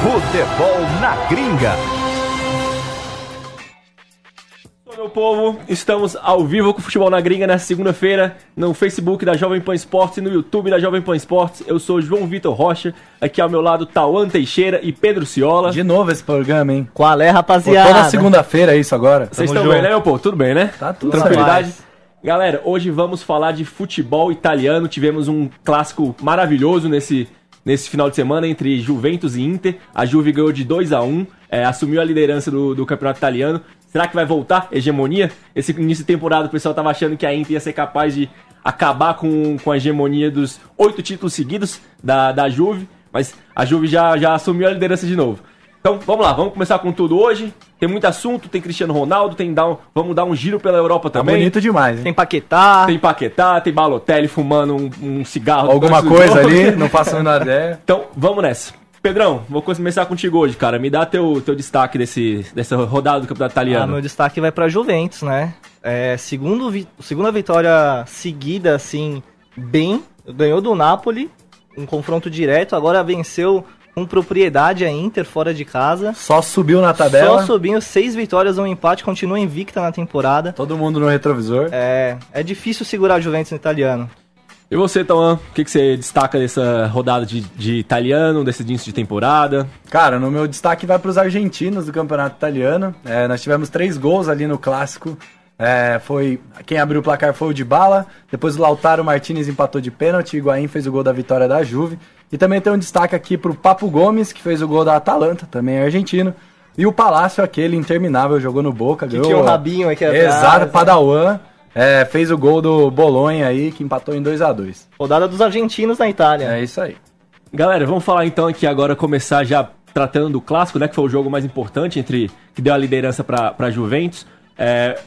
Futebol na Gringa. Meu povo, estamos ao vivo com o Futebol na Gringa nessa segunda-feira no Facebook da Jovem Pan Esportes e no YouTube da Jovem Pan Esportes. Eu sou João Vitor Rocha, aqui ao meu lado Tauan Teixeira e Pedro Ciola. De novo esse programa, hein? Qual é, Pô, rapaziada? toda segunda-feira é isso agora. Vocês Tamo estão junto. bem, né, meu povo? Tudo bem, né? Tá tudo Tranquilidade. na paz. Galera, hoje vamos falar de futebol italiano. Tivemos um clássico maravilhoso nesse, nesse final de semana entre Juventus e Inter. A Juve ganhou de 2 a 1 é, assumiu a liderança do, do campeonato italiano. Será que vai voltar hegemonia? Esse início de temporada o pessoal tava achando que a Inter ia ser capaz de acabar com, com a hegemonia dos oito títulos seguidos da, da Juve, mas a Juve já, já assumiu a liderança de novo. Então vamos lá, vamos começar com tudo hoje. Tem muito assunto, tem Cristiano Ronaldo, tem dar um- vamos dar um giro pela Europa Tá também. bonito demais, hein? Tem Paquetá. Tem Paquetá, tem Balotelli fumando um, um cigarro. Alguma antes do coisa jogo. ali, não faço a menor ideia. Então vamos nessa. Pedrão, vou começar contigo hoje, cara. Me dá teu, teu destaque desse, dessa rodada do Campeonato Ah, né? Italiano. meu destaque vai pra Juventus, né? É, segundo vi- segunda vitória seguida, assim, bem. Ganhou do Napoli, um confronto direto. Agora venceu com propriedade a Inter fora de casa. Só subiu na tabela, Só subindo seis vitórias, um empate, continua invicta na temporada. todo mundo no retrovisor. É, é difícil segurar a Juventus no italiano. E você, Tauan, o que, que você destaca dessa rodada de, de italiano, desse início de temporada? Cara, no meu destaque vai para os argentinos do campeonato italiano. É, nós tivemos três gols ali no clássico. É, foi quem abriu o placar foi o de bala. Depois o Lautaro Martinez empatou de pênalti. Higuaín fez o gol da vitória da Juve. E também tem um destaque aqui para o Papo Gomes que fez o gol da Atalanta, também é argentino. E o Palácio aquele interminável jogou no Boca, Que tinha um rabinho aqui atrás. Exato, Padawan é, fez o gol do Bolonha aí que empatou em 2 a 2 Rodada dos argentinos na Itália. É isso aí. Galera, vamos falar então aqui agora, começar já tratando do clássico, né? Que foi o jogo mais importante entre que deu a liderança pra pra Juventus. É,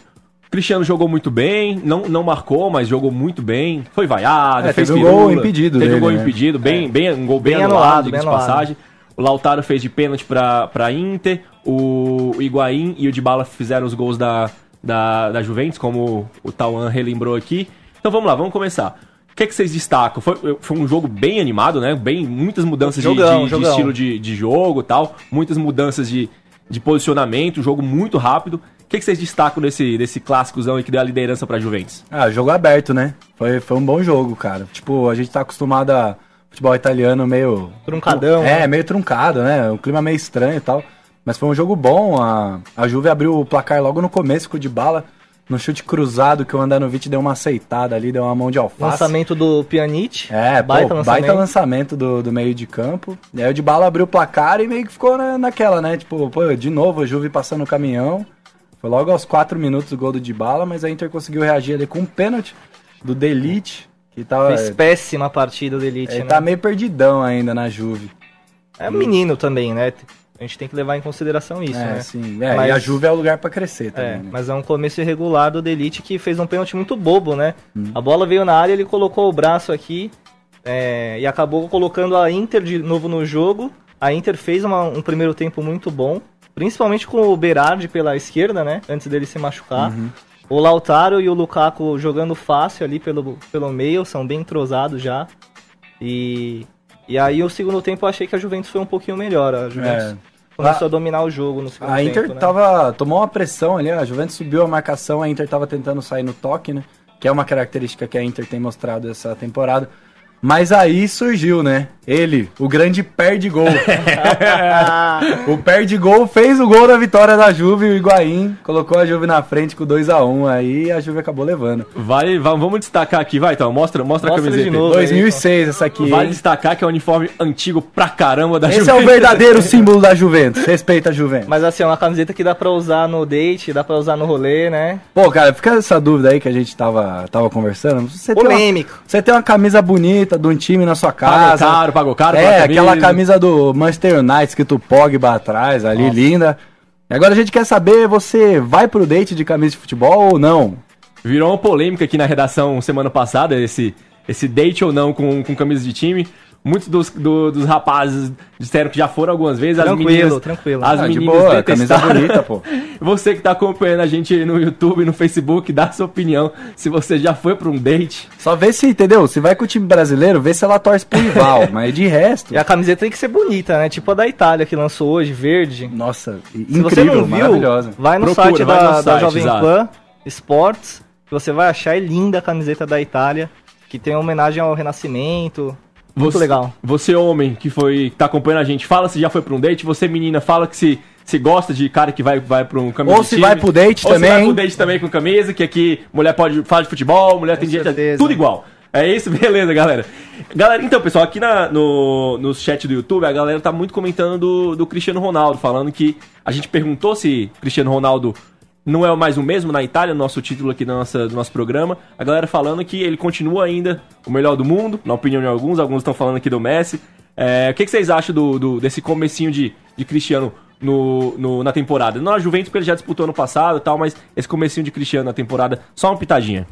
Cristiano jogou muito bem, não, não marcou, mas jogou muito bem. Foi vaiado, É, fez teve o gol pirula, impedido Teve o dele, gol né? impedido, bem, bem, um gol bem, Bem anulado, anulado, diga-se de bem anulado. passagem. O Lautaro fez de pênalti pra, pra Inter, o Higuaín e o Dybala fizeram os gols da, da, da Juventus, como o Tauan relembrou aqui. Então vamos lá, vamos começar. O que, é que vocês destacam? Foi, foi um jogo bem animado, né? Bem, muitas mudanças de- Jogão, de, de jogão. estilo de, de jogo e tal, muitas mudanças de, de posicionamento, jogo muito rápido. O que, que vocês destacam desse, desse clássicozão aí que deu a liderança pra Juventus? Ah, jogo aberto, né? Foi, foi um bom jogo, cara. Tipo, a gente tá acostumado a futebol italiano meio. Truncadão, É, meio truncado, né? Um clima meio estranho e tal. Mas foi um jogo bom. A, a Juve abriu o placar logo no começo com o de bala. No chute cruzado que o Andanovic deu uma aceitada ali, deu uma mão de alface. Lançamento do Pjanic. É, baita pô, lançamento. baita lançamento do, do meio de campo. E aí o de bala abriu o placar e meio que ficou na- naquela, né? Tipo, pô, de novo a Juve passando o caminhão. Foi logo aos 4 minutos o gol do de bala, mas a Inter conseguiu reagir ali com um pênalti do Delite, que tava. Fez péssima partida do Elite, Ele né? tá meio perdidão ainda na Juve. É um menino também, né? A gente tem que levar em consideração isso, é, né? sim. É, Mas- E a Juve é o lugar pra crescer também. É, né? mas é um começo irregular do Delite que fez um pênalti muito bobo, né? Uhum. A bola veio na área, ele colocou o braço aqui é, e acabou colocando a Inter de novo no jogo. A Inter fez uma- um primeiro tempo muito bom, principalmente com o Berardi pela esquerda, né? Antes dele se machucar. Uhum. O Lautaro e o Lukaku jogando fácil ali pelo, pelo meio, são bem entrosados já. E, e aí o segundo tempo eu achei que a Juventus foi um pouquinho melhor. A Juventus É. começou a, dominar o jogo no segundo A tempo. Inter né? tava, tomou uma pressão ali, a Juventus subiu a marcação, a Inter tava tentando sair no toque, né? Que é uma característica que a Inter tem mostrado essa temporada. Mas aí surgiu, né? Ele, o grande perde-gol. o perde-gol fez o gol da vitória da Juve, o Higuaín colocou a Juve na frente com 2 a 1 aí a Juve acabou levando. Vale, va- vamos destacar aqui, vai então, mostra, mostra, a Mostra camiseta. de novo. Pô, 2006 essa aqui. Vale hein? destacar que é um uniforme antigo pra caramba da Esse é o Juventus. verdadeiro símbolo da Juventus. Respeita a Juventus. Mas assim, é uma camiseta que dá pra usar no date, dá pra usar no rolê, né? Pô, cara, fica essa dúvida aí que a gente tava, tava conversando. Você tem uma- Polêmico. Você tem uma camisa bonita de um time na sua Ah, Pagou casa. tá, caro, pagou caro. é, pela aquela camisa do Manchester United escrito Pogba atrás, ali, linda. E Agora a gente quer saber, você vai pro date de camisa de futebol ou não? Virou uma polêmica aqui na redação semana passada, esse, esse date ou não com, com camisa de time. Muitos dos, do- dos rapazes disseram que já foram algumas vezes. Tranquilo, as meninas, tranquilo. As Ah, de meninas boa, camisa detestaram. bonita, pô. Você que tá acompanhando a gente no YouTube, no Facebook, dá a sua opinião. Se você já foi pra um date, Só vê se, entendeu? Se vai com o time brasileiro, vê se ela torce pro rival. mas de resto. E a camiseta tem que ser bonita, né? Tipo a da Itália que lançou hoje, verde. Nossa, Se incrível, você não viu, maravilhosa. vai no Procura, site vai da, no da site, Jovem exato. Pan Sports, que você vai achar é linda a camiseta da Itália, que tem homenagem ao Renascimento. Muito você, legal. você homem que foi que tá acompanhando a gente, fala se já foi pra um date. Você menina, fala que se, se gosta de cara que vai, vai pra um camisa Ou de se time. vai pro date Ou também. se vai pro date também com camisa, que aqui mulher pode falar de futebol, mulher tem direito a certeza. tudo igual. É isso, beleza, galera. Galera, então, pessoal, aqui na- no, no chat do YouTube, a galera tá muito comentando do, do Cristiano Ronaldo, falando que a gente perguntou se Cristiano Ronaldo não é mais o mesmo na Itália, nosso título aqui da nossa, do nosso programa. A galera falando que ele continua ainda o melhor do mundo, na opinião de alguns, alguns estão falando aqui do Messi. É, o que, que vocês acham do, do- desse comecinho de, de Cristiano no, no- na temporada? Não a Juventus, porque ele já disputou ano passado e tal, mas esse comecinho de Cristiano na temporada, só uma pitadinha.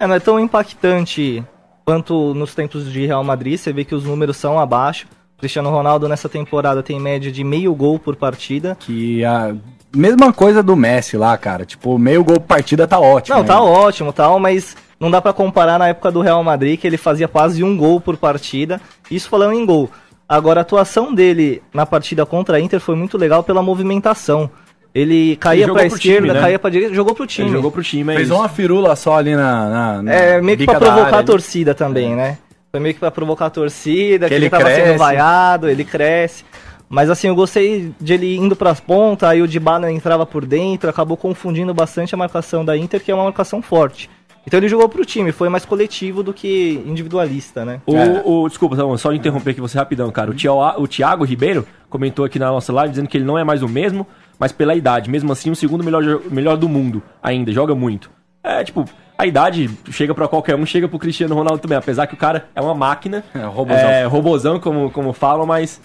É, não é tão impactante quanto nos tempos de Real Madrid, você vê que os números são abaixo. Cristiano Ronaldo nessa temporada tem média de meio gol por partida. Que a mesma coisa do Messi lá, cara. Tipo, meio gol por partida tá ótimo. Não, né? tá ótimo. ótimo, tal, mas não dá pra comparar na época do Real Madrid que ele fazia quase um gol por partida. Isso falando em gol. Agora a atuação dele na partida contra a Inter foi muito legal pela movimentação. Ele caía jogou pra pro time, esquerda, né? caía pra direita, jogou pro time. Ele jogou pro time, é Fez isso. uma firula só ali na. na, na É, meio que Hum. bica pra da provocar área a ali. torcida também, né? Foi meio que pra provocar a torcida, que, ele ele, tava cresce. sendo vaiado, ele cresce. Mas assim, eu gostei de ele indo pras pontas, aí o Dybala entrava por dentro, acabou confundindo bastante a marcação da Inter, que é uma marcação forte. Então ele jogou pro time, foi mais coletivo do que individualista, né? O, É. o- desculpa, Samuel, só interromper aqui você rapidão, cara. O, Tia- o Thiago Ribeiro comentou aqui na nossa live dizendo que ele não é mais o mesmo, mas pela idade. Mesmo assim, o segundo melhor, jo- melhor do mundo ainda, joga muito. É, tipo, a idade chega pra qualquer um, chega pro Cristiano Ronaldo também. Apesar que o cara é uma máquina, É, robozão. é, robozão, como, como falam, mas...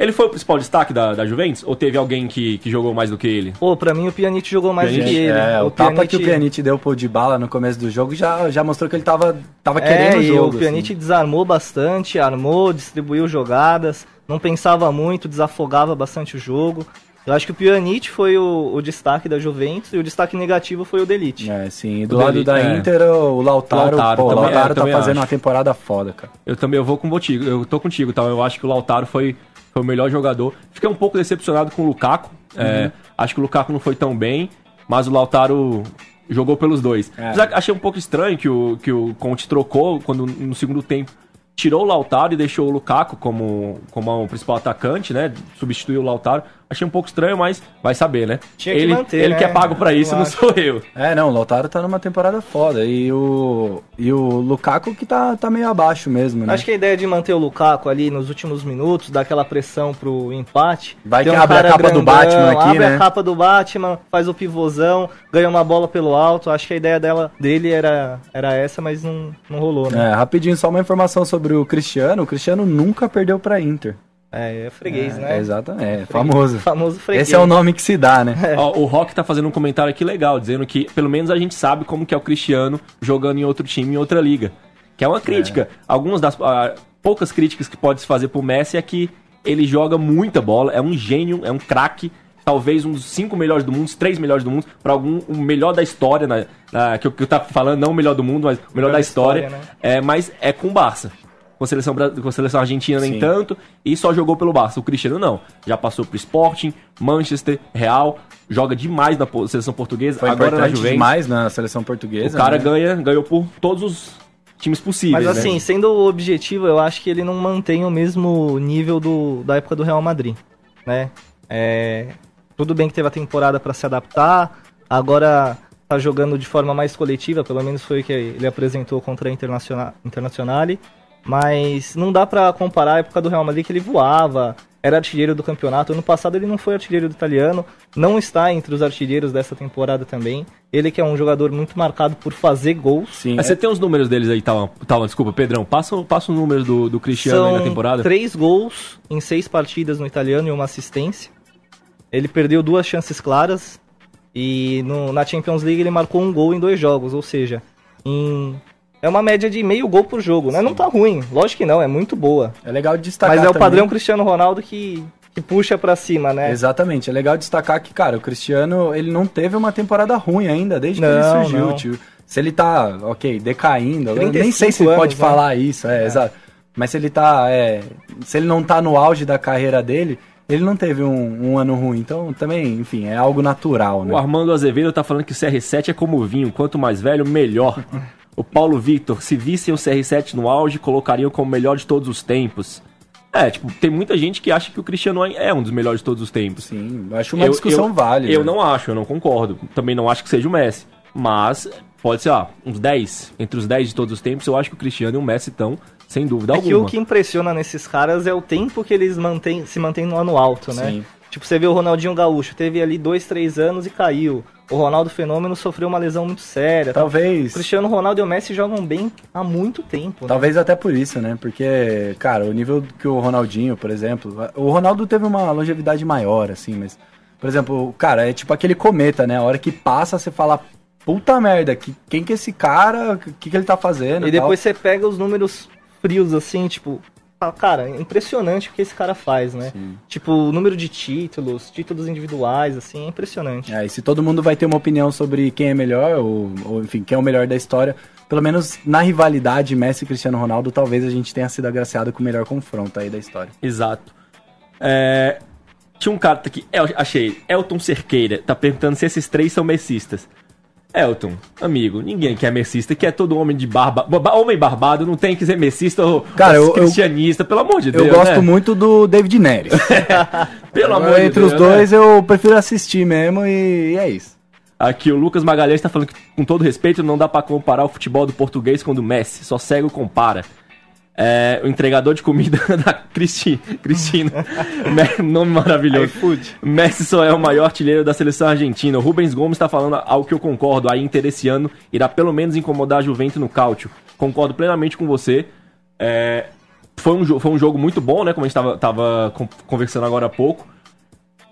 Ele foi o principal destaque da, da Juventus? Ou teve alguém que, que jogou mais do que ele? Pô, pra mim o Pjanic jogou mais do Pjanic, que ele. É, o, tapa que o Pjanic- Pjanic deu pro Dybala no começo do jogo já, já mostrou que ele tava, tava É, querendo o e jogo. assim. o Pjanic desarmou bastante, armou, distribuiu jogadas, não pensava muito, desafogava bastante o jogo. Eu acho que o Pjanic foi o, o destaque da Juventus e o destaque negativo foi o Delite. assim. É, sim. E do O lado Delic- da é. Inter, o Lautaro, Lautaro pô, o também- é, Lautaro eu tá também fazendo acho. uma temporada foda, cara. Eu também eu vou contigo, eu tô contigo, tá? Eu acho que o Lautaro foi, foi o melhor jogador. Fiquei um pouco decepcionado com o Lukaku. é, Uhum. acho que o Lukaku não foi tão bem, mas o Lautaro jogou pelos dois. É. Apesar que Achei um pouco estranho que o, que o Conte trocou quando no segundo tempo tirou o Lautaro e deixou o Lukaku como, como o principal atacante, né? Substituiu o Lautaro. Achei um pouco estranho, mas vai saber, né? Tinha que ele manter, ele né? que é pago pra isso, Eu não acho. sou eu. É, não, o Lautaro tá numa temporada foda. E o, e o Lukaku que tá, tá meio abaixo mesmo, né? Acho que a ideia de manter o Lukaku ali nos últimos minutos, dar aquela pressão pro empate. Vai ter um que abre a cara capa do Batman aqui, abre né? a capa do Batman, faz o pivôzão, ganha uma bola pelo alto. Acho que a ideia dela, dele era, era essa, mas não, não rolou, né? É, rapidinho, só uma informação sobre o Cristiano. O Cristiano nunca perdeu pra Inter. É, é freguês, é, né? Exatamente, é, famoso. Famoso freguês. Esse é o nome que se dá, né? Ó, o Rock tá fazendo um comentário aqui legal, dizendo que pelo menos a gente sabe como que é o Cristiano jogando em outro time, em outra liga. Que é uma crítica. Algumas das ah, poucas críticas que pode se fazer pro Messi é que ele joga muita bola, é um gênio, é um craque, talvez um dos cinco melhores do mundo, os três melhores do mundo, pra algum o melhor da história, na, na- que eu que eu tá falando não o melhor do mundo, mas o melhor, da história. é, mas é com o Barça. Com a seleção, bra- com a seleção argentina nem Sim. tanto tanto e só jogou pelo Barça. O Cristiano não. Já passou pro Sporting, Manchester, Real, joga demais na po- seleção portuguesa, Foi agora na importante Juventus. demais na seleção O portuguesa. cara né? ganha, ganhou por todos os times possíveis. Mas assim, né? sendo o objetivo, eu acho que ele não mantém o mesmo nível do, da época do Real Madrid, né? É, tudo bem que teve a temporada pra se adaptar, agora tá jogando de forma mais coletiva, pelo menos foi o que ele apresentou contra a Internaciona- Internazionale, mas não dá pra comparar a época do Real Madrid que ele voava, era artilheiro do campeonato, ano passado ele não foi artilheiro do italiano, não está entre os artilheiros dessa temporada também, ele que é um jogador muito marcado por fazer gols, Sim, Mas é- Você tem os números deles aí, Tauan? Tauan, desculpa, Pedrão. Passa, o- passa os números do, do Cristiano aí na temporada. três gols em seis partidas no italiano e uma assistência. Ele perdeu duas chances claras e no- na Champions League ele marcou um gol em dois jogos, ou seja, em é uma média de meio gol por jogo, né? Não tá ruim, lógico que não, é muito boa. É legal Tá destacar. Mas é o também- padrão Cristiano Ronaldo que, que puxa pra cima, né? Exatamente, é legal destacar que, cara, o Cristiano, ele não teve uma temporada ruim ainda, desde que Não, ele surgiu, não. tio. Se ele tá, ok, decaindo, eu 35 nem sei se ele pode anos, né? falar isso, é, exato. Mas se ele tá, é, se ele não tá no auge da carreira dele, ele não teve um, um ano ruim. Então, também, enfim, é algo natural, O né? Armando Azevedo tá falando que o CR7 é como vinho, quanto mais velho, melhor. O Paulo Victor, se vissem o CR7 no auge, colocariam como o melhor de todos os tempos. É, tipo, tem muita gente que acha que o Cristiano é um dos melhores de todos os tempos. Sim, eu acho uma discussão eu, válida. Eu não acho, eu não concordo. Também não acho que seja o Messi. Mas pode ser, ah, uns 10. Entre os 10 de todos os tempos, eu acho que o Cristiano e o Messi estão, sem dúvida É que o alguma. que impressiona nesses caras é o tempo que eles mantêm, se mantêm no ano alto, né? Sim. Tipo, você vê o Ronaldinho Gaúcho, teve ali dois, três anos e caiu. O Ronaldo Fenômeno sofreu uma lesão muito séria. tal. O Talvez. Cristiano Ronaldo e o Messi jogam bem há muito tempo. né? Talvez até por isso, né? Porque, cara, o nível que o Ronaldinho, por exemplo. a- O Ronaldo teve uma longevidade maior, assim, mas. Por exemplo, cara, é tipo aquele cometa, né? A hora que passa, você fala, puta merda, que, quem que é esse cara? O que, que ele tá fazendo? E tal. depois você pega os números frios, assim, tipo. fala, Cara, é impressionante o que esse cara faz, né? Tipo, o número de títulos, títulos individuais, assim, é impressionante. É, e se todo mundo vai ter uma opinião sobre quem é melhor, ou, ou, enfim, quem é o melhor da história, pelo menos na rivalidade Messi e Cristiano Ronaldo, talvez a gente tenha sido agraciado com o melhor confronto aí da história. Exato. É, tinha um cara aqui, eu achei, Elton Cerqueira, tá perguntando se esses três são messistas. Elton, amigo, ninguém que é messista, que é todo homem de barba, ba- homem barbado, não tem que ser messista ou Cara, eu- ou eu- cristianista, pelo amor de Eu Deus. gosto né? muito do David Neres. Pelo amor Agora, de entre Deus, os né? dois, eu prefiro assistir mesmo e, e é isso. Aqui o Lucas Magalhães tá falando que, com todo respeito, não dá pra comparar o futebol do português com o do Messi, só cego compara. É, o entregador de comida da Cristi, Cristina. Me- nome maravilhoso. Messi só é o maior artilheiro da seleção argentina. O Rubens Gomes tá falando ao que eu concordo. A Inter esse ano irá pelo menos incomodar a Juventus no Cáutio. Concordo plenamente com você. É, foi, um, jo- foi um jogo muito bom, né? Como a gente tava, tava con- conversando agora há pouco.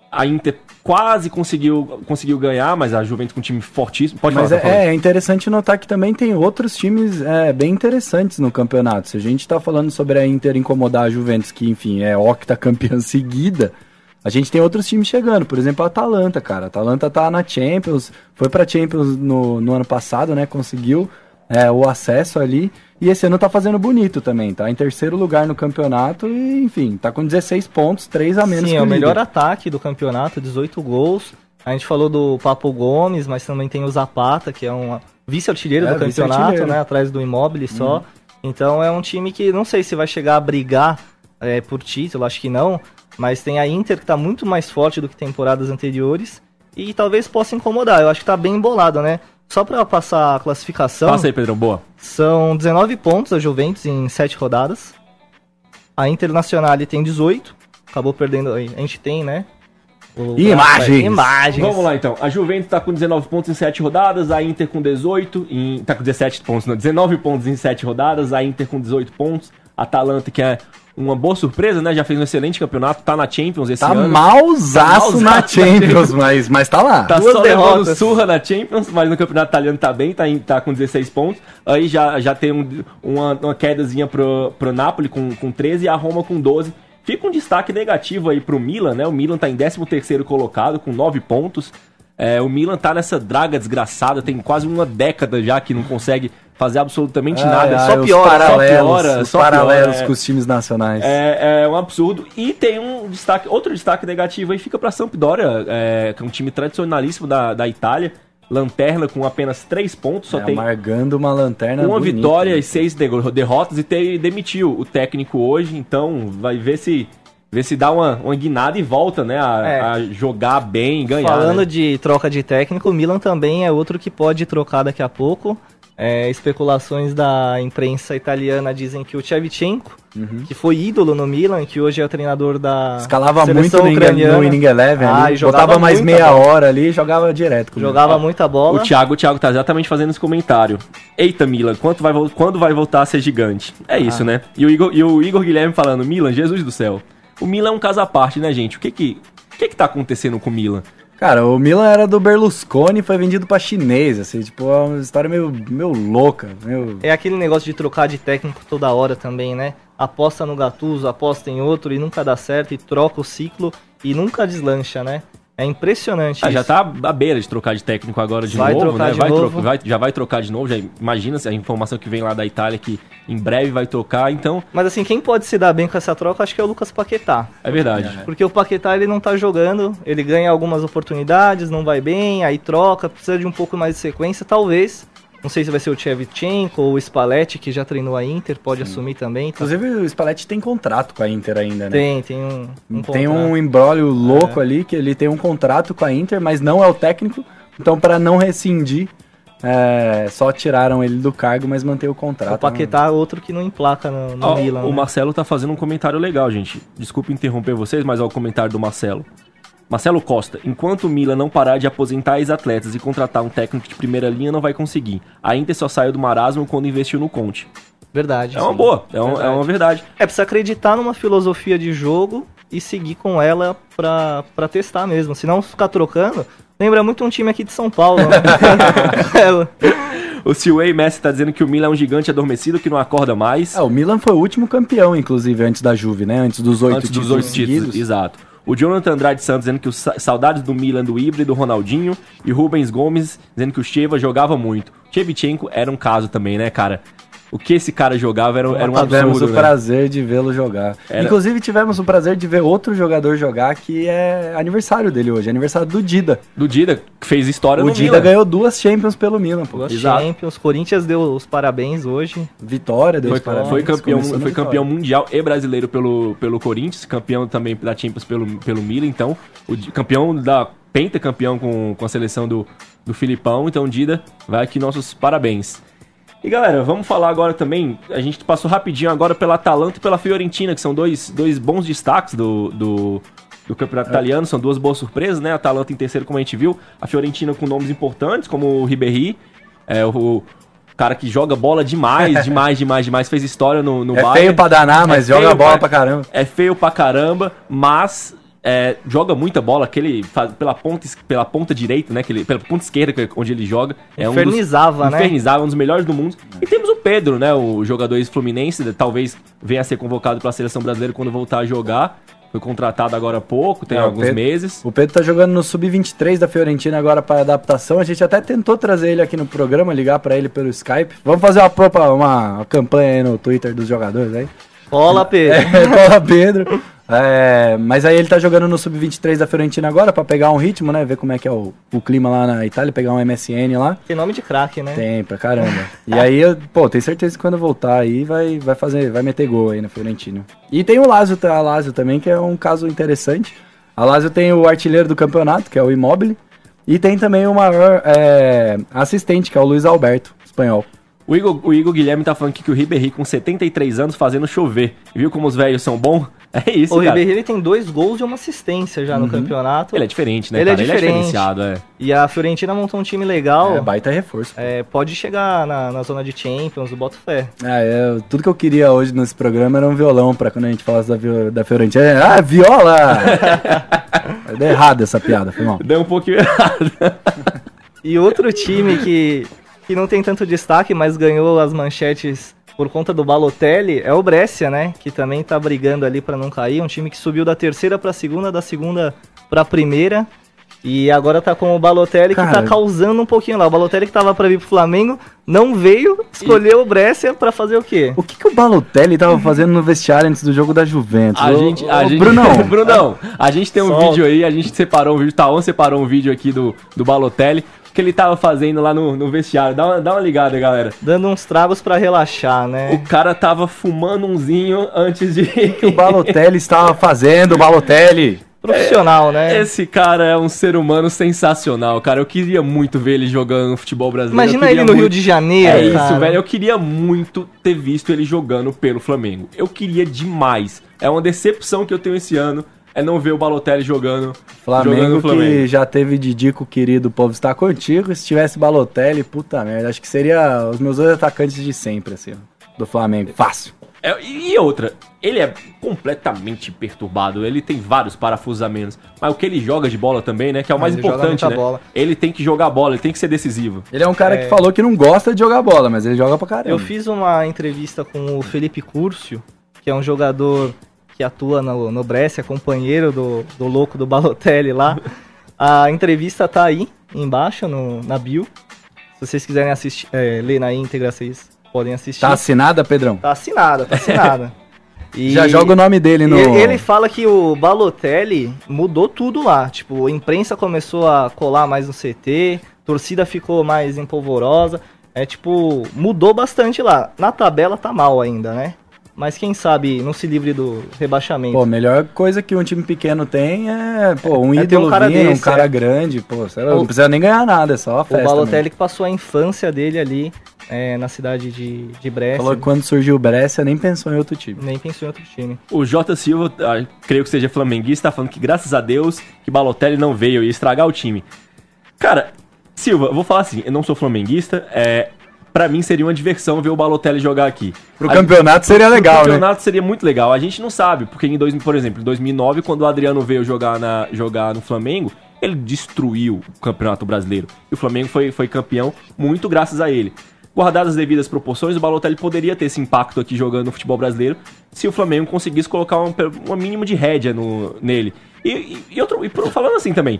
A Inter quase conseguiu, conseguiu ganhar, mas a Juventus com um time fortíssimo. Pode Mas falar, tá falando. é, é interessante notar que também tem outros times é, bem interessantes no campeonato. Se a gente tá falando sobre a Inter incomodar a Juventus, que enfim é octacampeã seguida, a gente tem outros times chegando. Por exemplo, a Atalanta, cara. A Atalanta tá na Champions, foi pra Champions no, no ano passado, né? Conseguiu é, o acesso ali. E esse ano tá fazendo bonito também, tá em terceiro lugar no campeonato e, enfim, tá com 16 pontos, 3 a menos Sim, que é o líder. melhor ataque do campeonato, 18 gols. A gente falou do Papo Gomes, mas também tem o Zapata, que é um vice-artilheiro É, do campeonato, vice-artilheiro. Uhum. né? Atrás do Immobile só. Então é um time que não sei se vai chegar a brigar é, por título, acho que não. Mas tem a Inter que tá muito mais forte do que temporadas anteriores e talvez possa incomodar. Eu acho que tá bem embolado, né? Só pra passar a então? classificação, Passa aí, Pedrão. Boa. são 19 pontos a Juventus em 7 rodadas. A Internacional tem 18. Acabou perdendo. aí. A gente tem, né? O- Imagens! Imagens! Vamos lá então. A Juventus tá com 19 pontos em 7 rodadas, a Inter com 18, em, tá com 17 pontos, não, 19 pontos em 7 rodadas, a Inter com 18 pontos, a Atalanta que é uma boa surpresa, né? Já fez um excelente campeonato, tá na Champions esse Tá ano. malzaço Tá na malzaço na Champions, mas, mas tá lá. Tá Duas só levando derrotas. surra na Champions, mas no campeonato italiano tá bem, tá, em- tá com 16 pontos. Aí já, já tem um- uma, uma quedazinha pro, pro Napoli com, com 13 e a Roma com 12. Fica um destaque negativo aí pro Milan, né? O Milan tá em 13º colocado com 9 pontos. É, o Milan tá nessa draga desgraçada, tem quase uma década já que não consegue fazer absolutamente nada. Ai, só ai, É, os piora, paralelos, só piora, os só paralelos piora, é. com os times nacionais. É, é um absurdo. E tem um destaque, outro destaque negativo aí fica pra Sampdoria, é, que é um time tradicionalíssimo da, da Itália. Lanterna com apenas três pontos, só É, tem amargando uma lanterna uma bonita. né? vitória e seis de- derrotas e te- demitiu o técnico hoje, então vai ver se ver se dá uma, uma guinada e volta, né? A, É. a jogar bem, ganhar. Falando né? de troca de técnico, o Milan também é outro que pode trocar daqui a pouco. É, especulações da imprensa italiana dizem que o Shevchenko, que foi ídolo no Milan, que hoje é o treinador da Uhum. Escalava seleção muito no Inning, ucraniana, no Inning Eleven Ah, ali, e jogava botava mais muita meia bola. hora ali e jogava direto. com Ah, o jogava muita bola. O Thiago, o Thiago tá exatamente fazendo esse comentário. Eita, Milan, quanto vai, vol- quando vai voltar a ser gigante? Ah. É isso, né? E o, Igor, e o Igor Guilherme falando, Milan, Jesus do céu. O Milan é um caso à parte, né, gente? O que que, o que, que tá acontecendo com o Milan? Cara, o Milan era do Berlusconi e foi vendido pra chinês, assim, tipo, é uma história meio, meio louca, meio... É aquele negócio de trocar de técnico toda hora também, né? Aposta no Gattuso, aposta em outro e nunca dá certo e troca o ciclo e nunca deslancha, né? É impressionante Ah, já isso. tá à beira de trocar de técnico agora de Vai novo, trocar né? de vai novo. trocar- vai- já vai trocar de novo. Já imagina se a informação que vem lá da Itália que em breve vai trocar. Então, Mas assim, quem pode se dar bem com essa troca, acho que é o Lucas Paquetá. é verdade. Porque o Paquetá ele não tá jogando, ele ganha algumas oportunidades, não vai bem, aí troca, precisa de um pouco mais de sequência, talvez. Não sei se vai ser o Tchevchenko ou o Spalletti, que já treinou a Inter, pode assumir também. tá? Inclusive, o Spalletti tem contrato com a Inter ainda, né? Tem, tem um, um tem contrato. É. um embrólio louco ali, que ele tem um contrato com a Inter, mas não é o técnico. Então, pra não rescindir, é, só tiraram ele do cargo, mas mantém o contrato. O Paquetá é outro que não emplaca no, no Ó, Milan. o né? Marcelo tá fazendo um comentário legal, gente. Desculpa interromper vocês, mas olha o comentário do Marcelo. Marcelo Costa, enquanto o Milan não parar de aposentar ex-atletas e contratar um técnico de primeira linha, não vai conseguir. A Inter só saiu do marasmo quando investiu no Conte. Verdade. É uma sim. boa, é, um- é Verdade. uma verdade. Então, É, precisa acreditar numa filosofia de jogo e seguir com ela pra, pra testar mesmo. Se não ficar trocando, lembra muito um time aqui de São Paulo. né? É, O Silway Messi tá dizendo que o Milan é um gigante adormecido que não acorda mais. É, Ah, o Milan foi o último campeão, inclusive, antes da Juve, né? Antes dos oito antes dos títulos oito títulos. seguidos. Exato. O Jonathan Andrade Santos dizendo que os sa- saudades do Milan, do Ibra e do Ronaldinho. E Rubens Gomes dizendo que o Cheva jogava muito. Chevchenko era um caso também, né, cara? O que esse cara jogava era, era um tivemos absurdo, o né? prazer de vê-lo jogar. Era- Inclusive, tivemos o prazer de ver outro jogador jogar que é aniversário dele hoje, aniversário do Dida. Do Dida, que fez história o no Dida Milan. ganhou duas Champions pelo Milan, pô. Duas Exato. Champions, Corinthians deu os parabéns hoje. Vitória, deu Foi, os parabéns, foi campeão, começou na foi vitória. campeão mundial e brasileiro pelo, pelo Corinthians, campeão também da Champions pelo, pelo Milan, então, o Di- campeão da pentacampeão com, com a seleção do, do Filipão, então Dida, vai aqui nossos parabéns. E galera, vamos falar agora também, a gente passou rapidinho agora pela Atalanta e pela Fiorentina, que são dois, dois bons destaques do, do, do É. campeonato italiano, são duas boas surpresas, né? A Atalanta em terceiro, como a gente viu, a Fiorentina com nomes importantes, como o Ribéry, é, o cara que joga bola demais, demais, demais, demais, fez história no, no É Bayern. feio pra danar, mas joga feio a bola pra pra- caramba. É feio pra caramba, mas é, joga muita bola, aquele faz- pela ponta, es- pela ponta direita, né? que ele- pela ponta esquerda que- onde ele joga. É um dos- Infernizava, né? Infernizava, um dos melhores do mundo. E temos o Pedro, né? O jogador ex-fluminense, talvez venha a ser convocado pra seleção brasileira quando voltar a jogar. Foi contratado agora há pouco, tem É, o alguns Pedro- meses. O Pedro tá jogando no Sub-23 da Fiorentina agora para adaptação. A gente até tentou trazer ele aqui no programa, ligar pra ele pelo Skype. Vamos fazer uma, propa, uma campanha aí no Twitter dos jogadores aí. Cola, Pedro. É. Cola Pedro. É, mas aí ele tá jogando no Sub-23 da Fiorentina agora pra pegar um ritmo, né? Ver como é que é o, o clima lá na Itália, pegar um MSN lá. Tem nome de craque, né? Tem, pra caramba. E aí, eu, pô, tenho certeza que quando voltar aí vai, vai fazer, vai meter gol aí na Fiorentina. E tem o Lazio, tá? a Lazio também, que é um caso interessante. A Lazio tem o artilheiro do campeonato, que é o Immobile, e tem também o maior é, assistente, que é o Luiz Alberto, espanhol. O Igor, o Igor Guilherme tá falando aqui que o Ribéry com 73 anos fazendo chover. Viu como os velhos são bons? É isso, o cara. Ribéry ele tem dois gols e uma assistência já no campeonato. Ele é diferente, né, Ele é cara? Ele é diferente. diferenciado, é. E a Fiorentina montou um time legal. É, baita reforço. É, pode chegar na, na zona de Champions, o Botafé. Ah, é, tudo que eu queria hoje nesse programa era um violão pra quando a gente falasse da, vi- da Fiorentina. Ah, viola! Deu errado essa piada, foi mal. Deu um pouquinho errado. E outro time que, que não tem tanto destaque, mas ganhou as manchetes por conta do Balotelli, é o Brescia, né? Que também tá brigando ali pra não cair. Um time que subiu da terceira pra segunda, da segunda pra primeira. E agora tá com o Balotelli que Cara. tá causando um pouquinho lá. O Balotelli que tava pra vir pro Flamengo, não veio, escolheu o Brescia pra fazer o quê? O que, que o Balotelli tava fazendo no vestiário antes do jogo da Juventus? A Ô, gente, a ô, gente, Brunão, Brunão, a gente tem um Solta. vídeo aí, a gente separou um vídeo, tá on separou um vídeo aqui do, do Balotelli, que ele tava fazendo lá no, no vestiário. Dá uma, dá uma ligada aí, galera. Dando uns tragos pra relaxar, né? O cara tava fumando umzinho antes de. o Balotelli estava fazendo, o Balotelli. Profissional, né? Esse cara é um ser humano sensacional, cara. Eu queria muito ver ele jogando no futebol brasileiro. Eu Imagina queria ele no muito- Rio de Janeiro. É isso, cara. velho. Eu queria muito ter visto ele jogando pelo Flamengo. Eu queria demais. É uma decepção que eu tenho esse ano. É não ver o Balotelli jogando jogando Flamengo, no Flamengo. que já teve Didico, querido, o povo está contigo. Se tivesse Balotelli, puta merda, acho que seria os meus dois atacantes de sempre, assim, ó, do Flamengo. Fácil. É, e e outra, ele é completamente perturbado, ele tem vários parafusamentos. Mas o que ele joga de bola também, né? Que é o mais ele joga importante, muita né? bola. Ele tem que jogar a bola, ele tem que ser decisivo. Ele é um cara É. que falou que não gosta de jogar bola, mas ele joga pra caramba. Eu fiz uma entrevista com o Felipe Curcio, que é um jogador que atua no, no Brescia, companheiro do, do louco do Balotelli lá. A entrevista tá aí, embaixo, no, na bio. Se vocês quiserem assistir, é, ler na íntegra, vocês podem assistir. Tá assinada, Pedrão? Tá assinada, tá assinada. E- Já joga o nome dele no. e Ele fala que o Balotelli mudou tudo lá. Tipo, a imprensa começou a colar mais no CT, torcida ficou mais empolvorosa. É tipo, mudou bastante lá. Na tabela tá mal ainda, né? Mas quem sabe não se livre do rebaixamento. Pô, a melhor coisa que um time pequeno tem é, pô, um É ter um ídolo cara vir, um desse, cara é. grande, pô, sei lá, O- não precisa nem ganhar nada, é só a festa. o Balotelli mesmo. que passou a infância dele ali é, na cidade de, de Brest. falou que quando surgiu o Brescia nem pensou em outro time. Nem pensou em outro time. O Jota Silva, ah, creio que seja flamenguista, tá falando que graças a Deus que Balotelli não veio e estragar o time. Cara, Silva, eu vou falar assim, eu não sou flamenguista, é, para mim seria uma diversão ver o Balotelli jogar aqui. Pro A- campeonato seria o legal, né? campeonato seria muito legal. A gente não sabe, porque em dois, por exemplo, em 2009, quando o Adriano veio jogar, na, jogar no Flamengo, ele destruiu o Campeonato Brasileiro. E o Flamengo foi, foi campeão muito graças a ele. Guardadas as devidas proporções, o Balotelli poderia ter esse impacto aqui jogando no futebol brasileiro se o Flamengo conseguisse colocar um, pe- uma mínima de rédea no, nele. E, e, e outro, e por- falando assim também,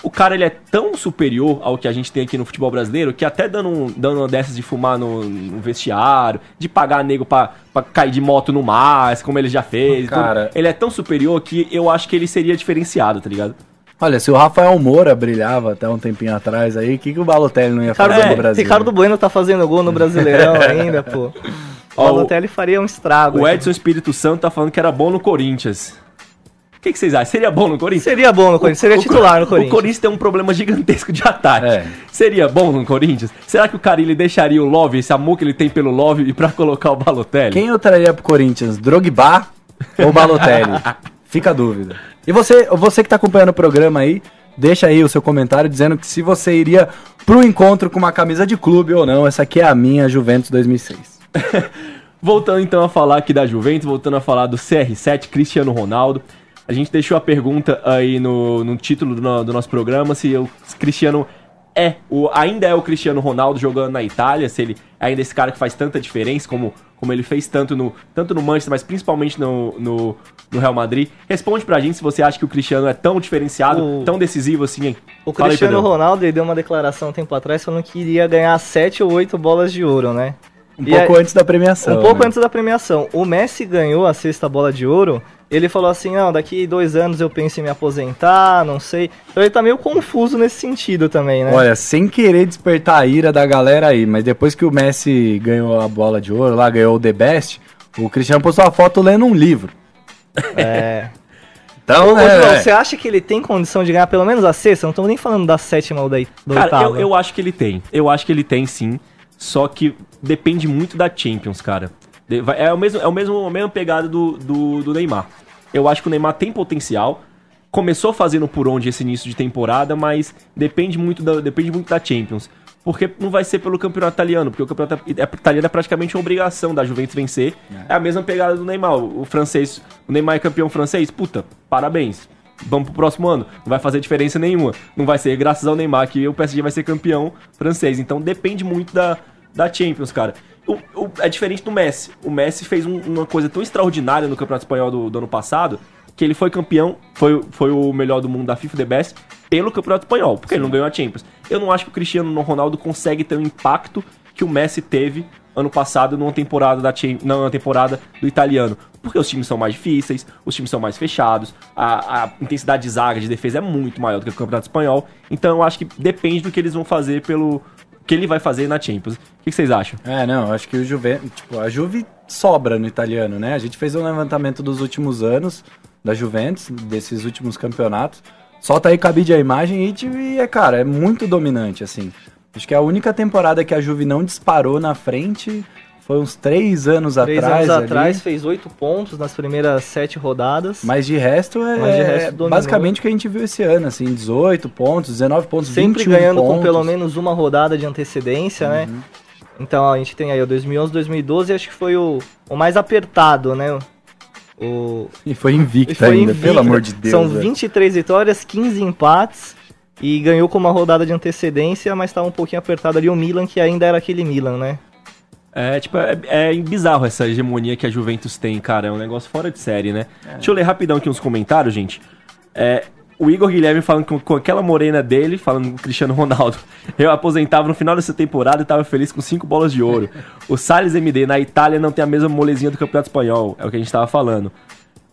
o cara ele é tão superior ao que a gente tem aqui no futebol brasileiro que até dando, um, dando uma dessas de fumar no, no vestiário, de pagar nego pra, pra cair de moto no mar, como ele já fez. e tudo, Cara. ele é tão superior que eu acho que ele seria diferenciado, tá ligado? Olha, se o Rafael Moura brilhava até um tempinho atrás aí, o que, que o Balotelli não ia Ricardo, fazer Bu- no Brasil? É, Ricardo Bueno tá fazendo gol no Brasileirão ainda, pô. O Ó, o- Balotelli faria um estrago. O aqui. Edson Espírito Santo tá falando que era bom no Corinthians. O que, que vocês acham? Seria bom no Corinthians? Seria bom no Corinthians, seria titular no O Corinthians. Corinthians tem um problema gigantesco de ataque. É. Seria bom no Corinthians? Será que o Carilli deixaria o Love, esse amor que ele tem pelo Love, pra colocar o Balotelli? Quem eu traria pro Corinthians? Drogba ou Balotelli? Fica a dúvida. E você, você que tá acompanhando o programa aí, deixa aí o seu comentário dizendo que se você iria pro encontro com uma camisa de clube ou não. Essa aqui é a minha Juventus 2006. Voltando então a falar aqui da Juventus, voltando a falar do CR7, Cristiano Ronaldo. A gente deixou a pergunta aí no, no título do, no- do nosso programa se o Cristiano é o, ainda é o Cristiano Ronaldo jogando na Itália, se ele ainda é esse cara que faz tanta diferença como, como ele fez tanto no, tanto no Manchester, mas principalmente no, no, no Real Madrid. Responde pra gente se você acha que o Cristiano é tão diferenciado, O- tão decisivo assim, hein? O Fala aí, Cristiano Pedrão. Ronaldo ele deu uma declaração um tempo atrás falando que iria ganhar 7 ou 8 bolas de ouro, né? Um E pouco aí- antes da premiação. Um pouco né? antes da premiação. O Messi ganhou a sexta bola de ouro. Ele falou assim: não, daqui dois anos eu penso em me aposentar, não sei. Então ele tá meio confuso nesse sentido também, né? Olha, sem querer despertar a ira da galera aí, mas depois que o Messi ganhou a bola de ouro lá, ganhou o The Best, o Cristiano postou uma foto lendo um livro. É. Então, Ô, né, João, é. você acha que ele tem condição de ganhar pelo menos a sexta? Não tô nem falando da sétima ou da, da Cara, oitava. eu, eu acho que ele tem. Eu acho que ele tem sim. Só que depende muito da Champions, cara. De- vai- É o mesmo, é o mesmo, a mesma pegada do, do, do Neymar. Eu acho que o Neymar tem potencial. Começou fazendo por onde esse início de temporada, mas depende muito da, depende muito da Champions. Porque não vai ser pelo campeonato italiano, porque o campeonato i- italiano é praticamente uma obrigação da Juventus vencer. É a mesma pegada do Neymar. O francês, o Neymar é campeão francês, puta, parabéns vamos pro próximo ano. Não vai fazer diferença nenhuma. Não vai ser graças ao Neymar que o PSG vai ser campeão francês. Então depende muito da, da Champions, cara. O- o- é diferente do Messi. O Messi fez um- uma coisa tão extraordinária no Campeonato Espanhol do, do ano passado que ele foi campeão, foi, foi o melhor do mundo da FIFA The Best pelo Campeonato Espanhol, porque ele não ganhou a Champions. Eu não acho que o Cristiano Ronaldo consegue ter o impacto que o Messi teve ano passado numa temporada da Cham- não, na temporada do italiano. Porque os times são mais difíceis, os times são mais fechados, a, a intensidade de zaga de defesa é muito maior do que o Campeonato Espanhol. Então eu acho que depende do que eles vão fazer pelo que ele vai fazer na Champions. O que que vocês acham? É, não, acho que o Juventus, tipo, a Juve sobra no italiano, né? A gente fez um levantamento dos últimos anos da Juventus, desses últimos campeonatos. Solta aí cabide a imagem e, te- e é, cara, é muito dominante, assim. Acho que a única temporada que a Juve não disparou na frente foi uns três anos Três atrás. anos ali. atrás fez oito pontos nas primeiras sete rodadas. Mas de resto é, Mas de resto é dominou. basicamente o que a gente viu esse ano, assim, 18 pontos, 19 pontos, sempre 21 ganhando pontos. Uhum. com pelo menos uma rodada de antecedência, né? Então a gente tem aí o 2011, 2012, acho que foi o, o mais apertado, né? O, E foi invicto Foi tá ainda, invicto. pelo amor de Deus. São velho. 23 vitórias, 15 empates e ganhou com uma rodada de antecedência, mas tava um pouquinho apertado ali o Milan, que ainda era aquele Milan, né? É, tipo, é, é bizarro essa hegemonia que a Juventus tem, cara. É um negócio fora de série, né? Deixa eu ler rapidão aqui uns comentários, gente. É, o Igor Guilherme falando com, com aquela morena dele, falando com o Cristiano Ronaldo. Eu aposentava no final dessa temporada e tava feliz com cinco bolas de ouro. O Salles MD na Itália não tem a mesma molezinha do Campeonato Espanhol. É o que a gente tava falando.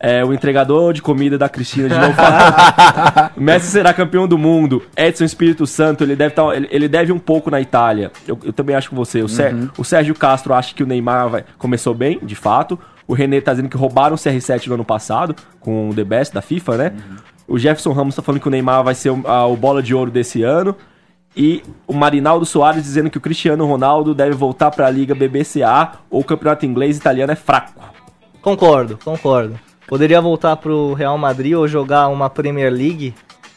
É, o entregador de comida da Cristina de novo falando. Messi será campeão do mundo. Edson Espírito Santo, ele deve, tá, ele, ele deve um pouco na Itália. Eu, eu também acho com você. O, Sé- o Sérgio Castro acha que o Neymar vai- começou bem, de fato. O René tá dizendo que roubaram o CR7 no ano passado, com o The Best da FIFA, né? O Jefferson Ramos tá falando que o Neymar vai ser o, a- o bola de ouro desse ano. E o Marinaldo Soares dizendo que o Cristiano Ronaldo deve voltar pra Liga BBCA ou o campeonato inglês e italiano é fraco. Concordo, concordo. Poderia voltar pro Real Madrid ou jogar uma Premier League.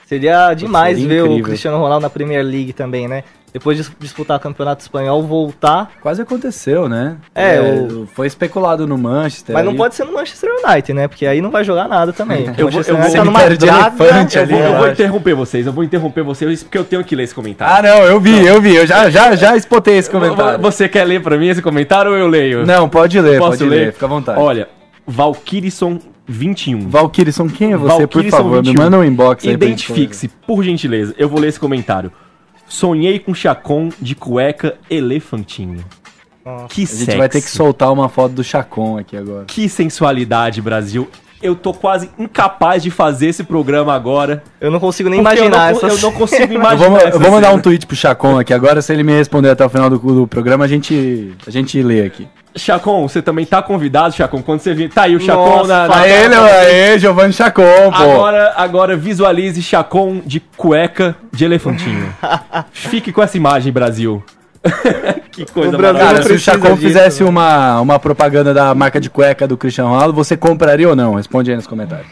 Seria demais seria ver incrível. o Cristiano Ronaldo na Premier League também, né? Depois de disputar o Campeonato Espanhol, voltar. Quase aconteceu, né? É, o- foi especulado no É, Manchester. Mas não aí. pode ser no Manchester United, né? Porque aí não vai jogar nada também. Eu vou- um eu vou- tá numa Cemitério de draga. elefante Eu ali, vou, eu eu vou acho. interromper vocês, eu vou interromper vocês porque eu tenho que ler esse comentário. Ah, não, eu vi, eu vi. Eu já, já, já espotei esse comentário. Vo- Você quer ler pra mim esse comentário ou eu leio? Não, tá. pode ler, Posso pode ler? Fica à vontade. Olha, Valkyrisson 21. Valkyrisson, quem é você, por Valkyrisson favor? 21. Me manda um inbox aí. pra gente Identifique-se, por gentileza. Eu vou ler esse comentário. Sonhei com Chacon de cueca elefantinho. Nossa, Que conversar. A gente vai ter que sexy. soltar uma foto do Chacon aqui agora. Que sensualidade, Brasil. Eu tô quase incapaz de fazer esse programa agora. Eu não consigo nem porque imaginar Um eu não, essas- eu não consigo Eu imaginar. vou, eu essa vou mandar cena. um tweet pro Chacon aqui agora. Se ele me responder até o final do, do programa, a gente, a gente lê aqui. Chacon, você também tá convidado, Chacon. Quando você vir. Tá aí o Chacon Nossa, na, na, Aê, ele, aê, Giovanni Chacon, pô. Agora, agora visualize Chacon de cueca de elefantinho. Fique com essa imagem, Brasil. que coisa O Brasil- Cara, se o maravilhosa. é precisa Chacon disso, fizesse né? uma, uma propaganda da marca de cueca do Cristiano Ronaldo, você compraria ou não? Responde aí nos comentários.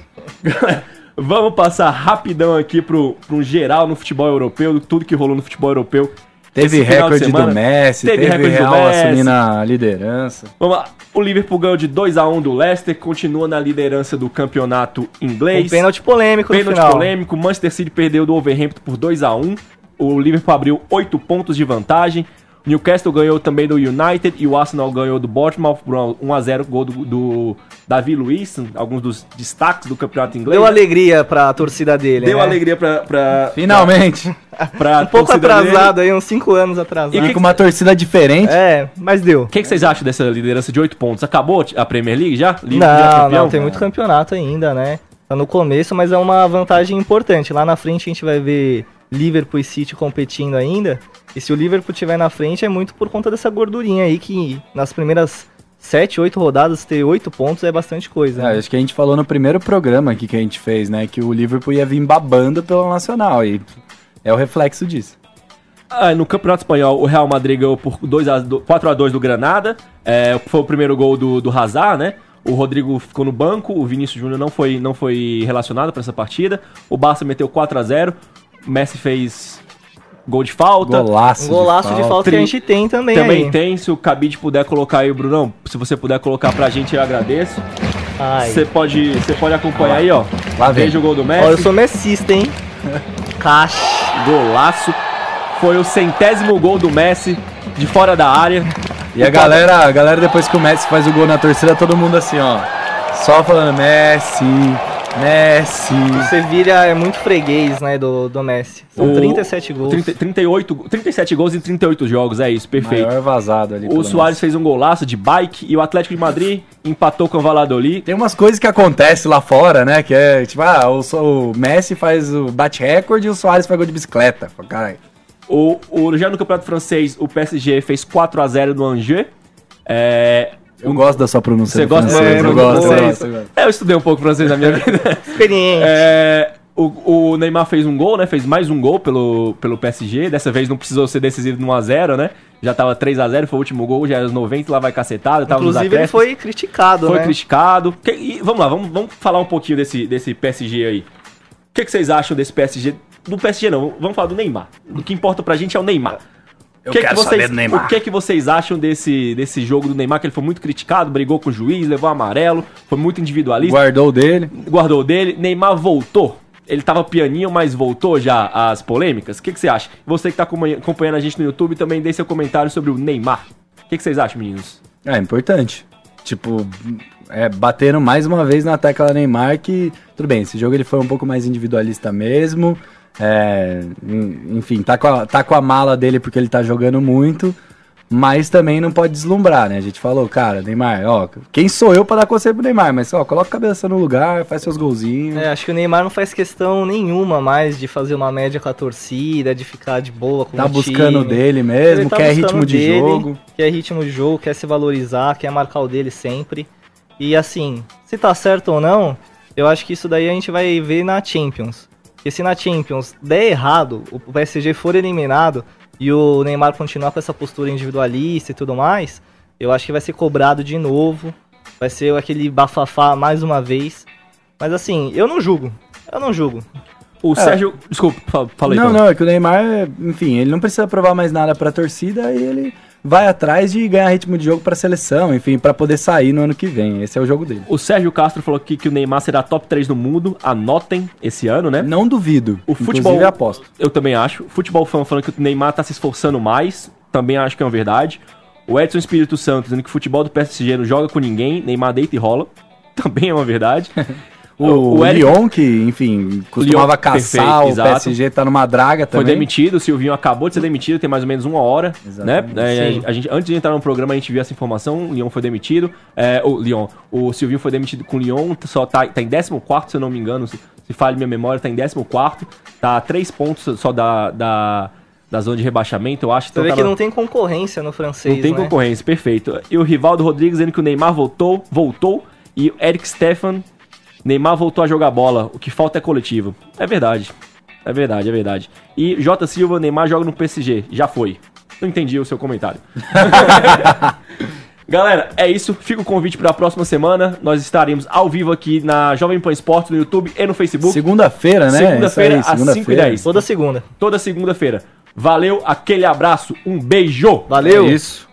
Vamos passar rapidão aqui pro, pro geral no futebol europeu, tudo que rolou no futebol europeu. Teve esse final de recorde do semana. Messi, Teve teve, recorde do Real Messi. assumindo a liderança. Vamos lá. O Liverpool ganhou de 2x1 do Leicester, continua na liderança do campeonato Um inglês. pênalti polêmico no Pênalti final. polêmico, Manchester City perdeu do Overhampton por 2 a 1 O Liverpool abriu 8 pontos de vantagem. Newcastle ganhou também do United e o Arsenal ganhou do Bournemouth por 1x0, gol do, do Davi Luiz, alguns dos destaques do campeonato inglês. Deu alegria pra torcida dele, Deu né? alegria pra, pra, Finalmente! pra Um pouco torcida dele. atrasado aí, uns 5 anos atrasado. E que- com uma torcida diferente. É, mas deu. O que, que vocês acham dessa liderança de 8 pontos? Acabou a Premier League já? Liverpool já Não, campeão? não, tem muito campeonato ainda, né? Tá no começo, mas é uma vantagem importante. Lá na frente a gente vai ver Liverpool e City competindo ainda. E se o Liverpool tiver na frente é muito por conta dessa gordurinha aí que nas primeiras 7, 8 rodadas ter 8 pontos é bastante coisa. Ah, né? acho que a gente falou no primeiro programa aqui que a gente fez, né? Que o Liverpool ia vir babando pelo Nacional. E é o reflexo disso. Ah, no Campeonato Espanhol, o Real Madrid ganhou por 2 a 2 4x2 do Granada. É, foi o primeiro gol do, do Hazard, né? O Rodrigo ficou no banco, o Vinícius Júnior não foi, não foi relacionado para essa partida. O Barça meteu 4 a 0 o Messi fez gol de falta. Golaço. Um golaço de falta, que a gente tem também, Também aí. tem, se o Cabide puder colocar aí, Brunão, se você puder colocar pra gente, eu agradeço. Ai. Você pode, você pode acompanhar aí, ó. Lá vem. Veja o gol do Messi. Ó, eu sou messista, hein? Caixa. Golaço. Foi o centésimo gol do Messi de fora da área. E a galera, a galera, depois que o Messi faz o gol na torcida, todo mundo assim, ó. Só falando Messi, Messi. O Sevilha é muito freguês, né, do, do Messi. São O- 37 gols. 30, 38, go- 37 gols em 38 jogos, é isso, perfeito. Maior vazado ali. o pelo Soares fez um golaço de bike e o Atlético de Madrid empatou com o Valladolid. Tem umas coisas que acontecem lá fora, né? Que é tipo, ah, o, So- o Messi faz o bate-recorde e o Soares pegou de bicicleta. Fala, Caralho. O, o, já no Campeonato Francês, o PSG fez 4x0 no Angers. É, Eu gosto da sua pronúncia. você do gosta francês, da eu pronúncia do gosto, eu francês? gosto, eu gosto. é, eu estudei um pouco francês na minha vida. Experiente. É, o, o Neymar fez um gol, né? Fez mais um gol pelo, pelo PSG. Dessa vez não precisou ser decisivo no 1x0, né? Já tava 3x0, foi o último gol, já era os 90, lá vai cacetada. Tava nos Inclusive, ele acréscimos. foi criticado, Foi né? criticado. Que- e vamos lá, vamos, vamos falar um pouquinho desse, desse PSG aí. O que, que vocês acham desse PSG? Do PSG não, vamos falar do Neymar. O que importa pra gente é o Neymar. Eu O que é que quero vocês, saber do Neymar. O que é que vocês acham desse, desse jogo do Neymar? Que ele foi muito criticado, brigou com o juiz, levou amarelo, foi muito individualista, Guardou o dele. guardou o dele. Neymar voltou. Ele tava pianinho, mas voltou já às polêmicas. O que, que você acha? Você que tá acompanha- acompanhando a gente no YouTube, também dê seu comentário sobre o Neymar. O que, que vocês acham, meninos? É importante. Tipo, é, bateram mais uma vez na tecla Neymar que, tudo bem, esse jogo ele foi um pouco mais individualista mesmo. é, en- enfim, tá com, a, tá com a mala dele porque ele tá jogando muito. Mas também não pode deslumbrar, né? A gente falou, cara, Neymar, ó, quem sou eu pra dar conselho pro Neymar? Mas, ó, coloca a cabeça no lugar, faz seus golzinhos. É, acho que o Neymar não faz questão nenhuma mais de fazer uma média com a torcida, de ficar de boa com tá o buscando o um time. dele mesmo, Ele tá quer buscando ritmo de dele, jogo. Quer ritmo de jogo, quer se valorizar, quer marcar o dele sempre. E assim, se tá certo ou não, eu acho que isso daí a gente vai ver na Champions. Porque se na Champions der errado, o PSG for eliminado e o Neymar continuar com essa postura individualista e tudo mais, eu acho que vai ser cobrado de novo. Vai ser aquele bafafá mais uma vez. Mas assim, eu não julgo. Eu não julgo. O Sérgio. Desculpa, fa- falei. É. não, não, é que o Neymar, enfim, ele não precisa provar mais nada pra torcida e ele vai atrás de ganhar ritmo de jogo pra seleção, enfim, pra poder sair no ano que vem. Esse é o jogo dele. O Sérgio Castro falou aqui que o Neymar será top 3 do mundo. Anotem esse ano, né? Não duvido. O futebol- Inclusive, aposto. Eu também acho. Futebol fã falando que o Neymar tá se esforçando mais. Também acho que é uma verdade. O Edson Espírito Santo dizendo que o futebol do PSG não joga com ninguém. Neymar deita e rola. Também é uma verdade. O, o Eric Lyon, que, enfim, costumava Lyon, caçar, perfeito, o exato. PSG tá numa draga foi também. demitido. O Silvinho acabou de ser demitido. Tem mais ou menos uma hora. Exatamente. Né? É, Sim. a gente, antes de entrar no programa, a gente viu essa informação. O Lyon foi demitido. É, o Lyon. O Silvinho foi demitido com o Lyon. Só tá, tá em 14, se eu não me engano. Se, se falha minha memória, tá em 14. Tá a 3 pontos só da, da, da zona de rebaixamento, eu acho. Você Então vê tá que na- não tem concorrência no francês, Não tem né? concorrência, perfeito. E o Rivaldo Rodrigues dizendo que o Neymar voltou, voltou, e o Eric Stefan, Neymar voltou a jogar bola, o que falta é coletivo. É verdade, é verdade, é verdade. E J Silva, Neymar joga no PSG, já foi. Não entendi o seu comentário. Galera, é isso. Fica o convite para a próxima semana. Nós estaremos ao vivo aqui na Jovem Pan Esportes no YouTube e no Facebook. Segunda-feira, né? Segunda-feira, Isso aí, às segunda-feira. 5h10. Toda segunda. Toda segunda-feira. Valeu, aquele abraço, um beijo. Valeu! É Isso.